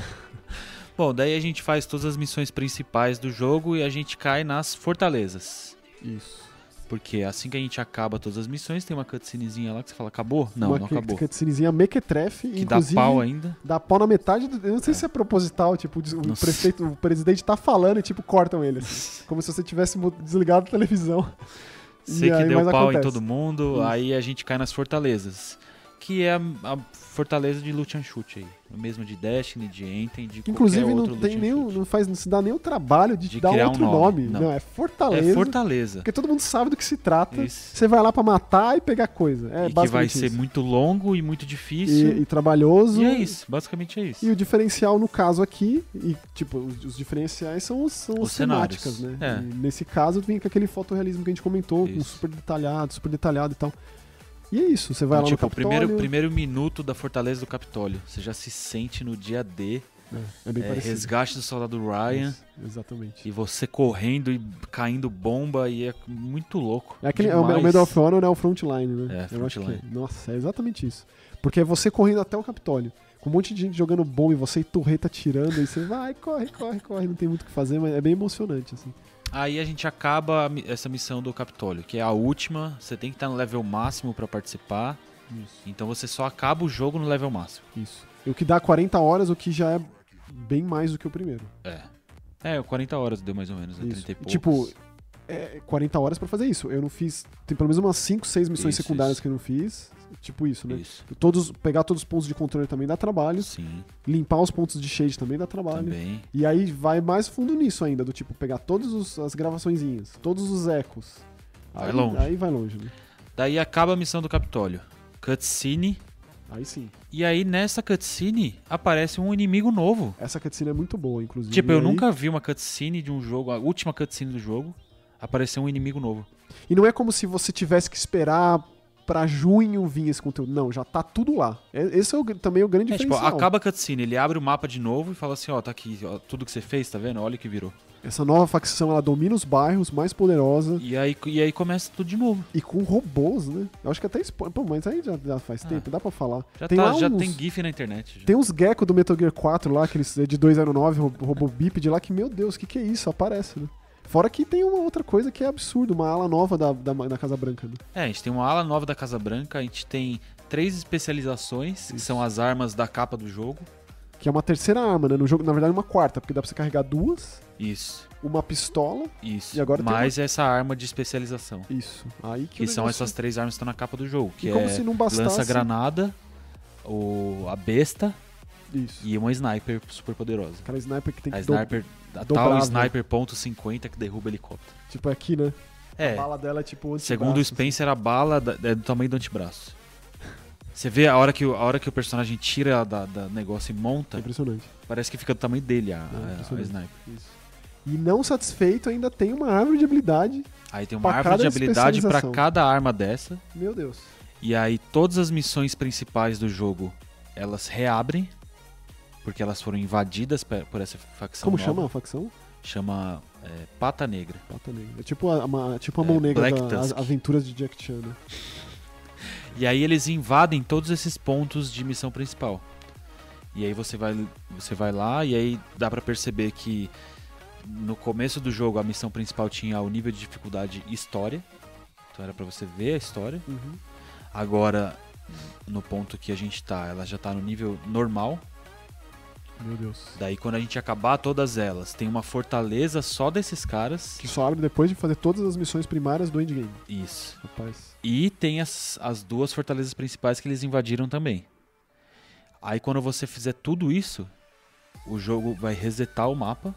[SPEAKER 1] Bom, daí a gente faz todas as missões principais do jogo e a gente cai nas fortalezas.
[SPEAKER 2] Isso.
[SPEAKER 1] Porque assim que a gente acaba todas as missões, tem uma cutscenezinha lá que você fala, acabou? Não,
[SPEAKER 2] Uma
[SPEAKER 1] não
[SPEAKER 2] cu-
[SPEAKER 1] acabou.
[SPEAKER 2] cutscenezinha mequetrefe,
[SPEAKER 1] Que dá
[SPEAKER 2] inclusive...
[SPEAKER 1] pau ainda.
[SPEAKER 2] dá pau na metade do... Eu não sei se é proposital, tipo, o,
[SPEAKER 1] Não sei.
[SPEAKER 2] prefeito- o presidente tá falando e, tipo, cortam ele. assim. como se você tivesse mu- desligado a televisão.
[SPEAKER 1] Sei
[SPEAKER 2] E
[SPEAKER 1] que
[SPEAKER 2] aí,
[SPEAKER 1] deu
[SPEAKER 2] mas
[SPEAKER 1] pau em
[SPEAKER 2] acontece.
[SPEAKER 1] todo mundo,
[SPEAKER 2] Isso.
[SPEAKER 1] aí a gente cai nas fortalezas. que é a, a fortaleza de Loot and Shoot aí. O mesmo de Destiny, de Enten, de
[SPEAKER 2] Que, Inclusive,
[SPEAKER 1] qualquer outro
[SPEAKER 2] não,
[SPEAKER 1] loot
[SPEAKER 2] tem
[SPEAKER 1] and
[SPEAKER 2] nem, o-
[SPEAKER 1] shoot.
[SPEAKER 2] não, faz, não se dá nem o trabalho de,
[SPEAKER 1] De
[SPEAKER 2] dar
[SPEAKER 1] criar um
[SPEAKER 2] outro
[SPEAKER 1] nome,
[SPEAKER 2] nome.
[SPEAKER 1] não.
[SPEAKER 2] Não. é Fortaleza.
[SPEAKER 1] É Fortaleza.
[SPEAKER 2] Porque todo mundo sabe do que se trata.
[SPEAKER 1] Isso.
[SPEAKER 2] Você vai lá pra matar e pegar coisa. É
[SPEAKER 1] e que vai
[SPEAKER 2] basicamente
[SPEAKER 1] ser
[SPEAKER 2] isso.
[SPEAKER 1] muito longo e muito difícil.
[SPEAKER 2] E, e trabalhoso.
[SPEAKER 1] E é isso, basicamente é isso.
[SPEAKER 2] E o diferencial, no caso aqui, e tipo, os, os diferenciais são, os, são
[SPEAKER 1] Os
[SPEAKER 2] as temáticas, né?
[SPEAKER 1] cenários, é.
[SPEAKER 2] E nesse caso, vem com aquele fotorrealismo que a gente comentou, com
[SPEAKER 1] Isso.
[SPEAKER 2] super detalhado, super detalhado e tal. E é isso, você vai lá
[SPEAKER 1] tipo,
[SPEAKER 2] no
[SPEAKER 1] o primeiro,
[SPEAKER 2] Capitólio,
[SPEAKER 1] primeiro minuto da Fortaleza do Capitólio. Você já se sente no dia D,
[SPEAKER 2] É, é bem
[SPEAKER 1] é,
[SPEAKER 2] parecido.
[SPEAKER 1] resgate do soldado Ryan,
[SPEAKER 2] Isso, Exatamente.
[SPEAKER 1] e você correndo e caindo bomba, e é muito louco.
[SPEAKER 2] É, aquele, é o
[SPEAKER 1] Demais.
[SPEAKER 2] Medal of Honor é o Frontline,
[SPEAKER 1] É,
[SPEAKER 2] né? Eu acho que é.
[SPEAKER 1] Frontline.
[SPEAKER 2] Nossa, é exatamente isso. Porque é você correndo até o Capitólio, com um monte de gente jogando bomba e você e torreta tirando, e você vai, corre, corre, corre, não tem muito o que fazer, mas é bem emocionante, assim.
[SPEAKER 1] Aí a gente acaba a mi- essa missão do Capitólio, que é a última. Você tem que estar no level máximo pra participar.
[SPEAKER 2] Isso.
[SPEAKER 1] Então você só acaba o jogo no level máximo.
[SPEAKER 2] Isso. E o que dá 40 horas, o que já é bem mais do que o primeiro.
[SPEAKER 1] É. É, 40 horas deu mais ou menos, né?
[SPEAKER 2] Isso.
[SPEAKER 1] 30 e poucos.
[SPEAKER 2] Tipo, é 40 horas pra fazer isso. Eu não fiz. Tem pelo menos umas 5, 6 missões
[SPEAKER 1] Isso,
[SPEAKER 2] secundárias
[SPEAKER 1] isso.
[SPEAKER 2] que eu não fiz. Tipo isso, né?
[SPEAKER 1] Isso.
[SPEAKER 2] Todos, pegar todos os pontos de controle também dá trabalho.
[SPEAKER 1] Sim,
[SPEAKER 2] Limpar os pontos de shade também dá trabalho.
[SPEAKER 1] também.
[SPEAKER 2] E aí vai mais fundo nisso ainda, do tipo, pegar todas as gravaçõezinhas, todos os ecos.
[SPEAKER 1] Vai
[SPEAKER 2] aí,
[SPEAKER 1] longe.
[SPEAKER 2] Aí vai longe, né?
[SPEAKER 1] Daí acaba a missão do Capitólio. Cutscene.
[SPEAKER 2] Aí sim.
[SPEAKER 1] E aí nessa cutscene aparece um inimigo novo.
[SPEAKER 2] Essa cutscene é muito boa, inclusive.
[SPEAKER 1] Tipo, eu
[SPEAKER 2] aí-
[SPEAKER 1] nunca vi uma cutscene de um jogo, a última cutscene do jogo, aparecer um inimigo novo.
[SPEAKER 2] E não é como se você tivesse que esperar pra junho vir esse conteúdo. Não, já tá tudo lá. É- Esse é o gr- também o grande
[SPEAKER 1] É, tipo,
[SPEAKER 2] diferencial.
[SPEAKER 1] acaba a cutscene, ele abre o mapa de novo e fala assim, ó, tá aqui, ó, tudo que você fez, tá vendo? Olha o que virou.
[SPEAKER 2] Essa nova facção, ela domina os bairros, mais poderosa,
[SPEAKER 1] E aí, e aí começa tudo de novo.
[SPEAKER 2] e com robôs, né? Eu acho que até spoiler. Pô, mas aí já, já faz tempo, dá pra falar.
[SPEAKER 1] Ah. Já,
[SPEAKER 2] tem
[SPEAKER 1] tá,
[SPEAKER 2] lá
[SPEAKER 1] já
[SPEAKER 2] uns...
[SPEAKER 1] tem GIF na internet. já.
[SPEAKER 2] Tem uns gecko do Metal Gear 4 lá, aqueles de 209, ro- robô bípede lá, que, meu Deus, o que, que é isso? Aparece, né? Fora que tem uma outra coisa que é absurda, uma ala nova da, da, da Casa Branca, né?
[SPEAKER 1] É, a gente tem uma ala nova da Casa Branca, a gente tem três especializações, que são as armas da capa do jogo.
[SPEAKER 2] Que é uma terceira arma, né? No jogo, na verdade, uma quarta, porque dá pra você carregar duas,
[SPEAKER 1] Isso,
[SPEAKER 2] uma pistola,
[SPEAKER 1] isso.
[SPEAKER 2] E agora tem
[SPEAKER 1] Mais essa arma de especialização.
[SPEAKER 2] isso. Aí que
[SPEAKER 1] Que
[SPEAKER 2] o
[SPEAKER 1] são
[SPEAKER 2] negócio-
[SPEAKER 1] essas três armas que estão na capa do jogo. Que
[SPEAKER 2] E como
[SPEAKER 1] é
[SPEAKER 2] se não bastasse-
[SPEAKER 1] lança-granada, o- a besta
[SPEAKER 2] Isso.
[SPEAKER 1] e uma sniper super poderosa.
[SPEAKER 2] Aquela sniper que tem
[SPEAKER 1] A
[SPEAKER 2] que do...
[SPEAKER 1] sniper, a tal
[SPEAKER 2] dobrável.
[SPEAKER 1] sniper ponto .50 que derruba helicóptero.
[SPEAKER 2] Tipo, é aqui, né?
[SPEAKER 1] É,
[SPEAKER 2] A bala dela é tipo antibraço,
[SPEAKER 1] segundo o Spencer, a bala da- é do tamanho do antebraço. Você vê a hora que o, a hora que o personagem tira da, da negócio e
[SPEAKER 2] assim. É
[SPEAKER 1] monta,
[SPEAKER 2] impressionante.
[SPEAKER 1] parece que fica do tamanho dele a, a- a
[SPEAKER 2] impressionante.
[SPEAKER 1] sniper.
[SPEAKER 2] Isso. E não satisfeito, ainda tem uma árvore de habilidade.
[SPEAKER 1] Aí tem uma
[SPEAKER 2] Pra
[SPEAKER 1] árvore de
[SPEAKER 2] cada
[SPEAKER 1] habilidade pra
[SPEAKER 2] especialização.
[SPEAKER 1] cada arma dessa.
[SPEAKER 2] Meu Deus.
[SPEAKER 1] E aí todas as missões principais do jogo, elas reabrem. Porque elas foram invadidas pe- por essa facção
[SPEAKER 2] Como
[SPEAKER 1] nova.
[SPEAKER 2] chama a facção?
[SPEAKER 1] Chama é, Pata Negra.
[SPEAKER 2] Pata Negra. É tipo a, uma- tipo a
[SPEAKER 1] É,
[SPEAKER 2] mão negra
[SPEAKER 1] Black
[SPEAKER 2] das
[SPEAKER 1] Tusk.
[SPEAKER 2] aventuras de Jack Chan, né?
[SPEAKER 1] E aí eles invadem todos esses pontos de missão principal. E aí você vai, você vai lá e aí dá pra perceber que no começo do jogo a missão principal tinha o nível de dificuldade história. Então era pra você ver a história. Agora, no ponto que a gente tá, ela já tá no nível normal.
[SPEAKER 2] Meu Deus.
[SPEAKER 1] Daí quando a gente acabar todas elas, tem uma fortaleza só desses caras.
[SPEAKER 2] Que só abre depois de fazer todas as missões primárias do endgame.
[SPEAKER 1] Isso.
[SPEAKER 2] Rapaz.
[SPEAKER 1] E tem as, as duas fortalezas principais que eles invadiram também. Aí quando você fizer tudo isso, o jogo vai resetar o mapa.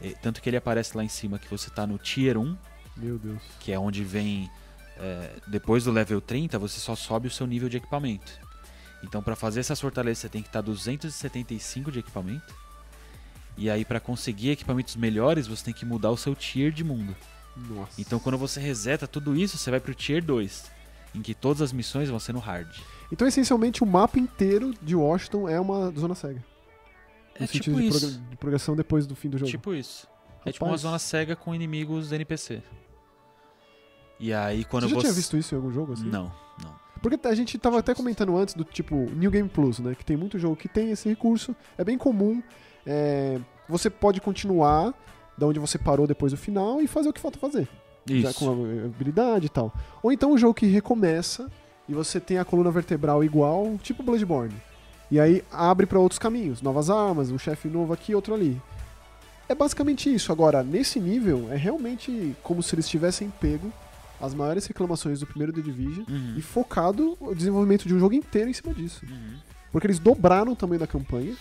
[SPEAKER 1] E- tanto que ele aparece lá em cima que você tá no Tier 1,
[SPEAKER 2] Meu Deus.
[SPEAKER 1] que é onde vem. é, depois do level 30, você só sobe o seu nível de equipamento. Então pra fazer essas fortalezas você tem que tá estar 275 de equipamento. E aí pra conseguir equipamentos melhores, você tem que mudar o seu tier de mundo.
[SPEAKER 2] Nossa.
[SPEAKER 1] Então quando você reseta tudo isso, você vai pro Tier 2, em que todas as missões vão ser no hard.
[SPEAKER 2] Então, essencialmente, o mapa inteiro de Washington é uma zona cega. No
[SPEAKER 1] É
[SPEAKER 2] sentido
[SPEAKER 1] tipo
[SPEAKER 2] de,
[SPEAKER 1] isso.
[SPEAKER 2] progra- de progressão depois do fim do jogo.
[SPEAKER 1] Tipo isso. É tipo uma
[SPEAKER 2] Rapaz.
[SPEAKER 1] zona cega com inimigos NPC. E aí quando você...
[SPEAKER 2] você já tinha visto isso em algum jogo assim?
[SPEAKER 1] Não, Tipo não.
[SPEAKER 2] Porque a gente tava até comentando antes do tipo New Game Plus, né? Que tem muito jogo que tem esse recurso. É bem comum. é, você pode continuar da onde você parou depois do final e fazer o que falta fazer. Já
[SPEAKER 1] Isso.
[SPEAKER 2] com a habilidade e tal. Ou então um jogo que recomeça e você tem a coluna vertebral igual, tipo Bloodborne. E aí abre pra outros caminhos, novas armas, um chefe novo aqui, outro ali. É basicamente isso. Agora, nesse nível, é realmente como se eles tivessem pego as maiores reclamações do primeiro The Division
[SPEAKER 1] Uhum.
[SPEAKER 2] e focado o desenvolvimento de um jogo inteiro em cima disso. Porque eles dobraram o tamanho da campanha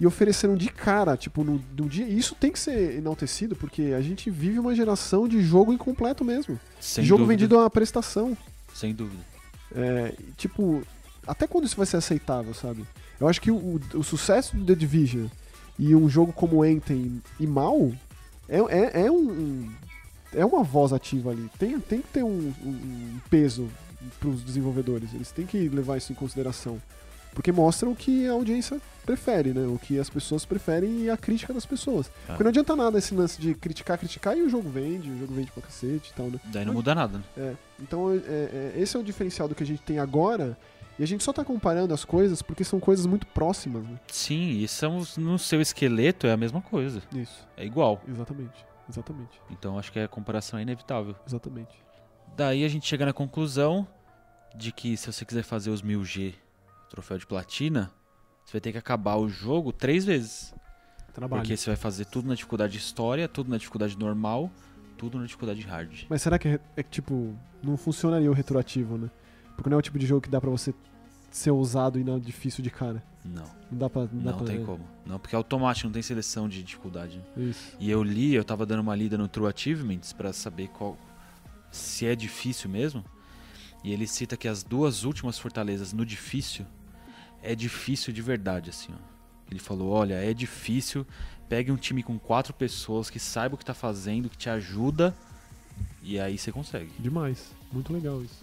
[SPEAKER 2] e ofereceram de cara, tipo, no, no dia. E isso tem que ser enaltecido, porque a gente vive uma geração de jogo incompleto mesmo.
[SPEAKER 1] Sem
[SPEAKER 2] jogo
[SPEAKER 1] dúvida,
[SPEAKER 2] vendido a prestação.
[SPEAKER 1] Sem dúvida.
[SPEAKER 2] É, e, tipo, até quando isso vai ser aceitável, sabe? Eu acho que o, o sucesso do The Division e um jogo como Enten e Mal é, é, é um, um- É uma voz ativa ali. Tem, tem que ter um, um- um peso pros desenvolvedores. Eles têm que levar isso em consideração. Porque mostram o que a audiência prefere, né? O que as pessoas preferem e a crítica das pessoas.
[SPEAKER 1] Ah.
[SPEAKER 2] Porque não adianta nada esse lance de criticar, criticar e o jogo vende, o jogo vende pra cacete e tal, né?
[SPEAKER 1] Daí não muda nada, né?
[SPEAKER 2] É, então é, é, esse é o diferencial do que a gente tem agora. E a gente só tá comparando as coisas porque são coisas muito próximas, né?
[SPEAKER 1] Sim, e somos no seu esqueleto é a mesma coisa.
[SPEAKER 2] Isso,
[SPEAKER 1] É igual.
[SPEAKER 2] exatamente. Exatamente,
[SPEAKER 1] Então acho que a comparação é inevitável.
[SPEAKER 2] exatamente.
[SPEAKER 1] Daí a gente chega na conclusão de que se você quiser fazer os 1000G troféu de platina, você vai ter que acabar o jogo três vezes.
[SPEAKER 2] Trabalho.
[SPEAKER 1] Porque você vai fazer tudo na dificuldade de história, tudo na dificuldade normal, tudo na dificuldade hard.
[SPEAKER 2] Mas será que é, é que, tipo, não funcionaria o retroativo, né? Porque não é o tipo de jogo que dá pra você ser ousado e não é difícil de cara.
[SPEAKER 1] Não,
[SPEAKER 2] Não dá pra. Não, dá
[SPEAKER 1] não
[SPEAKER 2] pra,
[SPEAKER 1] tem
[SPEAKER 2] é,
[SPEAKER 1] como. Não, porque é automático, não tem seleção de dificuldade. né?
[SPEAKER 2] Isso.
[SPEAKER 1] E eu li, eu tava dando uma lida no True Achievements pra saber qual se é difícil mesmo. E ele cita que as duas últimas fortalezas no difícil é difícil de verdade, assim, ó. Ele falou: "Olha, é difícil. Pegue um time com quatro pessoas que saiba o que tá fazendo, que te ajuda, e aí você consegue."
[SPEAKER 2] Demais. Muito legal isso.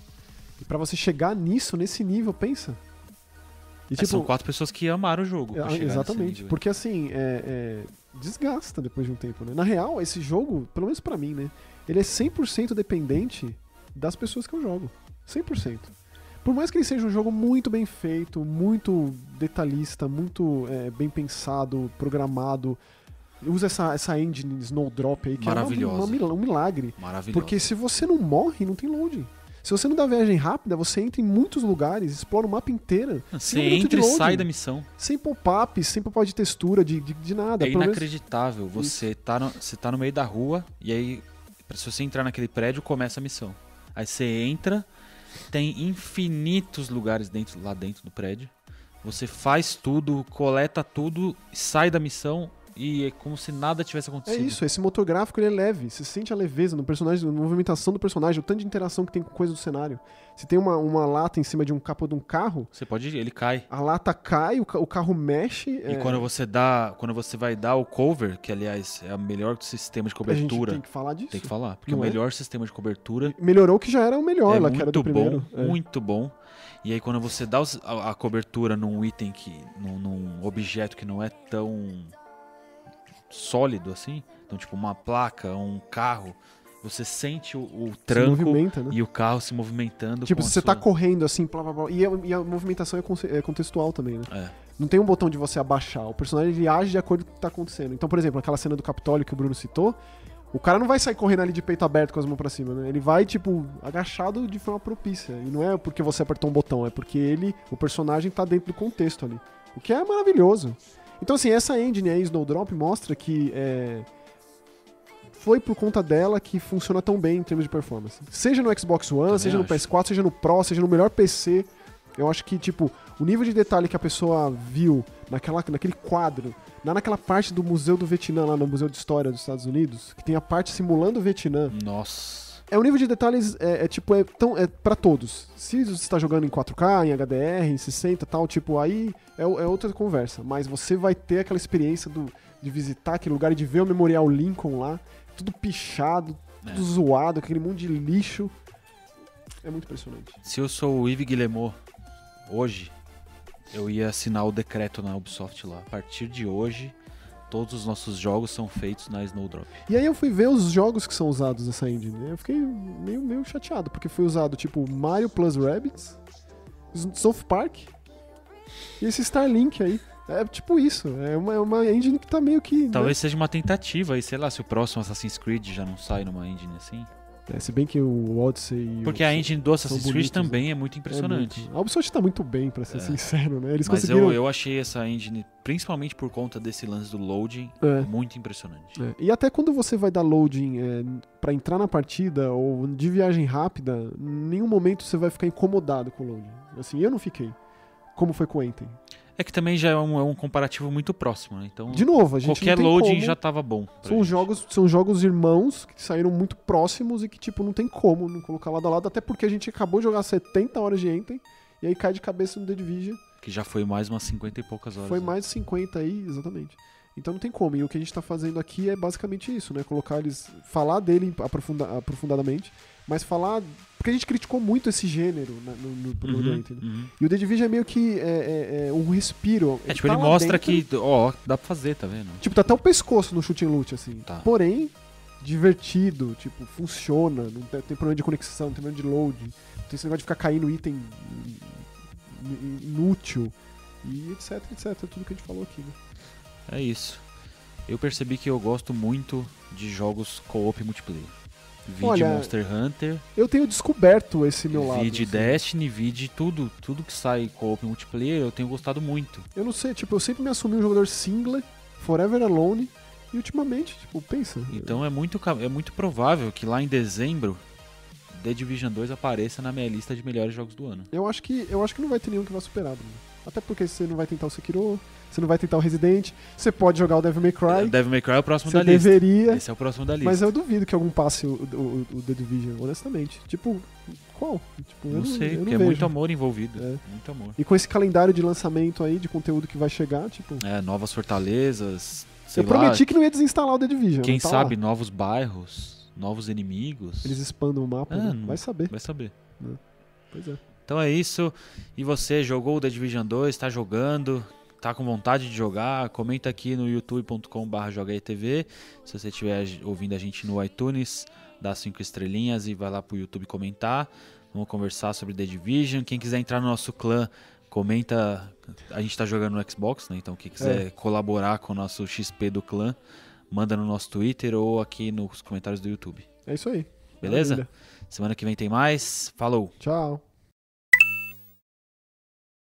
[SPEAKER 2] E pra você chegar nisso, nesse nível, pensa. E, tipo,
[SPEAKER 1] É, São quatro pessoas que amaram o jogo. pra
[SPEAKER 2] Ah,
[SPEAKER 1] chegar nesse
[SPEAKER 2] exatamente,
[SPEAKER 1] nível aí.
[SPEAKER 2] porque assim, é, é, desgasta depois de um tempo, né? Na real, esse jogo, pelo menos pra mim, né? Ele é 100% dependente das pessoas que eu jogo. 100%. Por mais que ele seja um jogo muito bem feito, muito detalhista, muito é, bem pensado, programado, usa essa, essa engine Snowdrop aí, que é uma-
[SPEAKER 1] Maravilhosa.
[SPEAKER 2] uma mila- um milagre.
[SPEAKER 1] Maravilhoso.
[SPEAKER 2] Porque se você não morre, não tem loading. Se você não dá viagem rápida, você entra em muitos lugares, explora o mapa inteiro.
[SPEAKER 1] você
[SPEAKER 2] sem minuto de
[SPEAKER 1] entra e sai
[SPEAKER 2] loading.
[SPEAKER 1] da missão.
[SPEAKER 2] Sem pop-up, sem pop-up de textura, de, de, de nada.
[SPEAKER 1] É
[SPEAKER 2] pelo menos-
[SPEAKER 1] inacreditável. Você tá, no, você tá no meio da rua e aí, pra- se você entrar naquele prédio, começa a missão. Aí você entra, tem infinitos lugares dentro, lá dentro do prédio. Você faz tudo, coleta tudo, sai da missão e é como se nada tivesse
[SPEAKER 2] É
[SPEAKER 1] acontecido.
[SPEAKER 2] isso, esse motor gráfico ele é leve. Você sente a leveza no personagem, na movimentação do personagem, o tanto de interação que tem com coisa do cenário. Se tem uma, uma lata em cima de um capô de um carro,
[SPEAKER 1] Você pode ir, ele cai.
[SPEAKER 2] a lata cai, o, ca- o carro mexe.
[SPEAKER 1] E quando você dá, quando você vai dar o cover, que aliás é o melhor sistema de
[SPEAKER 2] é, a gente
[SPEAKER 1] cobertura,
[SPEAKER 2] tem que falar disso.
[SPEAKER 1] tem que falar, porque
[SPEAKER 2] não
[SPEAKER 1] o
[SPEAKER 2] é?
[SPEAKER 1] melhor sistema de cobertura
[SPEAKER 2] Melhorou que já era o melhor
[SPEAKER 1] é
[SPEAKER 2] lá,
[SPEAKER 1] muito
[SPEAKER 2] que era do primeiro.
[SPEAKER 1] bom, Um
[SPEAKER 2] É.
[SPEAKER 1] muito bom. E aí quando você dá os- a, a cobertura num item que, num, num objeto que não é tão sólido assim, então tipo uma placa, um carro, você sente o, o
[SPEAKER 2] Se
[SPEAKER 1] tranco
[SPEAKER 2] movimenta, né?
[SPEAKER 1] e o carro se movimentando.
[SPEAKER 2] Tipo,
[SPEAKER 1] com
[SPEAKER 2] se
[SPEAKER 1] a
[SPEAKER 2] você tá
[SPEAKER 1] sua-
[SPEAKER 2] correndo assim, blá, blá, blá, e, a, e a movimentação é conce- é contextual também, né?
[SPEAKER 1] É,
[SPEAKER 2] Não tem um botão de você abaixar. O personagem ele age de acordo com o que tá acontecendo. Então, por exemplo, aquela cena do Capitólio que o Bruno citou, o cara não vai sair correndo ali de peito aberto com as mãos pra cima, né? Ele vai, tipo, agachado de forma propícia. E não é porque você apertou um botão, é porque ele, o personagem, tá dentro do contexto ali. O que é maravilhoso. Então, assim, essa engine aí, Snowdrop, mostra que é, foi por conta dela que funciona tão bem em termos de performance. Seja no Xbox One,
[SPEAKER 1] Também
[SPEAKER 2] seja no
[SPEAKER 1] acho.
[SPEAKER 2] PS4, seja no Pro, seja no melhor PC. Eu acho que, tipo, o nível de detalhe que a pessoa viu naquela, naquele quadro, lá naquela parte do Museu do Vietnã, lá no Museu de História dos Estados Unidos, que tem a parte simulando o Vietnã,
[SPEAKER 1] nossa.
[SPEAKER 2] é um nível de detalhes, é, é tipo, é, tão, é pra todos. Se você está jogando em 4K, em HDR, em 60 e tal, tipo, aí é, o- é outra conversa. Mas você vai ter aquela experiência do- de visitar aquele lugar e de ver o Memorial Lincoln lá, tudo pichado, tudo zoado, aquele monte de lixo. É muito impressionante.
[SPEAKER 1] Se eu sou o Yves Guillemot hoje, eu ia assinar o decreto na Ubisoft lá. A partir de hoje, todos os nossos jogos são feitos na Snowdrop.
[SPEAKER 2] E aí eu fui ver os jogos que são usados nessa engine. né? Eu fiquei meio, meio chateado, porque foi usado tipo Mario plus Rabbids, S- South Park e esse Starlink aí. É tipo isso, é uma, é uma engine que tá meio que. né?
[SPEAKER 1] Talvez seja uma tentativa, e sei lá, se o próximo Assassin's Creed já não sai numa engine assim.
[SPEAKER 2] É, se bem que o Odyssey. e
[SPEAKER 1] Porque
[SPEAKER 2] o...
[SPEAKER 1] a engine do Assassin's Creed
[SPEAKER 2] bonitos, né?
[SPEAKER 1] também é muito impressionante. É.
[SPEAKER 2] É muito. A Ubisoft tá muito bem, pra ser sincero, né? Eles
[SPEAKER 1] Mas
[SPEAKER 2] conseguiram.
[SPEAKER 1] eu, eu achei essa engine, principalmente por conta desse lance do loading,
[SPEAKER 2] É.
[SPEAKER 1] muito impressionante.
[SPEAKER 2] É, E até quando você vai dar loading é, para entrar na partida ou de viagem rápida, em nenhum momento você vai ficar incomodado com o loading. Assim, eu não fiquei. Como foi com o Enten.
[SPEAKER 1] É que também já é um, é um comparativo muito próximo, né? Então,
[SPEAKER 2] De novo, a gente
[SPEAKER 1] qualquer
[SPEAKER 2] não tem
[SPEAKER 1] loading
[SPEAKER 2] como. um
[SPEAKER 1] já tava bom. pra
[SPEAKER 2] São
[SPEAKER 1] gente.
[SPEAKER 2] jogos, são jogos irmãos que saíram muito próximos e que, tipo, não tem como não colocar lado a lado, até porque a gente acabou de jogar 70 horas de Enten e aí cai de cabeça no The Division.
[SPEAKER 1] Que já foi mais umas 50 e poucas horas.
[SPEAKER 2] Foi
[SPEAKER 1] né?
[SPEAKER 2] mais de 50 aí, exatamente. Então não tem como. E o que a gente tá fazendo aqui é basicamente isso, né? Colocar eles. Falar dele aprofunda- aprofundadamente, mas falar. Porque a gente criticou muito esse gênero na- no, no programa do
[SPEAKER 1] Uhum,
[SPEAKER 2] Enten, né?
[SPEAKER 1] uhum.
[SPEAKER 2] E o The Division é meio que é, é- é um respiro.
[SPEAKER 1] É tipo,
[SPEAKER 2] tá
[SPEAKER 1] ele
[SPEAKER 2] lá
[SPEAKER 1] mostra
[SPEAKER 2] dentro,
[SPEAKER 1] que, ó, dá pra fazer, tá vendo?
[SPEAKER 2] Tipo, tá até o pescoço no chute em loot, assim.
[SPEAKER 1] Tá.
[SPEAKER 2] Porém, divertido, tipo, funciona. Não tem, tem problema de conexão, não tem problema de load. Não tem esse negócio de ficar caindo item in- inútil. E etc, etc. É Tudo que a gente falou aqui, né?
[SPEAKER 1] É isso. Eu percebi que eu gosto muito de jogos co-op multiplayer. Vide
[SPEAKER 2] Olha,
[SPEAKER 1] Monster Hunter,
[SPEAKER 2] Eu tenho descoberto esse meu lado.
[SPEAKER 1] vide
[SPEAKER 2] assim.
[SPEAKER 1] Destiny, vide tudo, tudo que sai co-op multiplayer, eu tenho gostado muito.
[SPEAKER 2] Eu não sei, tipo, eu sempre me assumi um jogador single, forever alone. E ultimamente, tipo, pensa.
[SPEAKER 1] Então é muito, ca- é muito provável que lá em dezembro The Division 2 apareça na minha lista de melhores jogos do ano.
[SPEAKER 2] Eu acho que eu acho que não vai ter nenhum que vá superar, Bruno. Até porque você não vai tentar o Sekiro, você não vai tentar o Resident, você pode jogar o Devil May Cry,
[SPEAKER 1] Devil May Cry é o próximo da
[SPEAKER 2] você
[SPEAKER 1] lista.
[SPEAKER 2] deveria,
[SPEAKER 1] Esse é o próximo da lista.
[SPEAKER 2] mas eu duvido que algum passe o, o- o The Division, honestamente. Tipo, qual? Tipo, eu
[SPEAKER 1] não sei,
[SPEAKER 2] eu não
[SPEAKER 1] porque é
[SPEAKER 2] vejo.
[SPEAKER 1] muito amor envolvido.
[SPEAKER 2] É.
[SPEAKER 1] Muito amor.
[SPEAKER 2] E com esse calendário de lançamento aí, de conteúdo que vai chegar, tipo...
[SPEAKER 1] É, novas fortalezas, sei
[SPEAKER 2] eu
[SPEAKER 1] lá,
[SPEAKER 2] prometi que não ia desinstalar o The Division.
[SPEAKER 1] quem
[SPEAKER 2] mas tá lá.
[SPEAKER 1] sabe novos bairros, novos inimigos.
[SPEAKER 2] Eles expandam o mapa,
[SPEAKER 1] É,
[SPEAKER 2] né?
[SPEAKER 1] não-
[SPEAKER 2] vai saber.
[SPEAKER 1] Vai saber.
[SPEAKER 2] Pois é.
[SPEAKER 1] Então é isso. E você jogou o The Division 2, tá jogando, tá com vontade de jogar, comenta aqui no youtube.com.br jogaetv. Se você estiver ouvindo a gente no iTunes, dá cinco estrelinhas e vai lá pro YouTube comentar. Vamos conversar sobre The Division. Quem quiser entrar no nosso clã, comenta. A gente tá jogando no Xbox, né? Então quem quiser colaborar com o nosso XP do clã, manda no nosso Twitter ou aqui nos comentários do YouTube.
[SPEAKER 2] É isso aí.
[SPEAKER 1] Beleza?
[SPEAKER 2] Maravilha.
[SPEAKER 1] Semana que vem tem mais. Falou!
[SPEAKER 2] Tchau.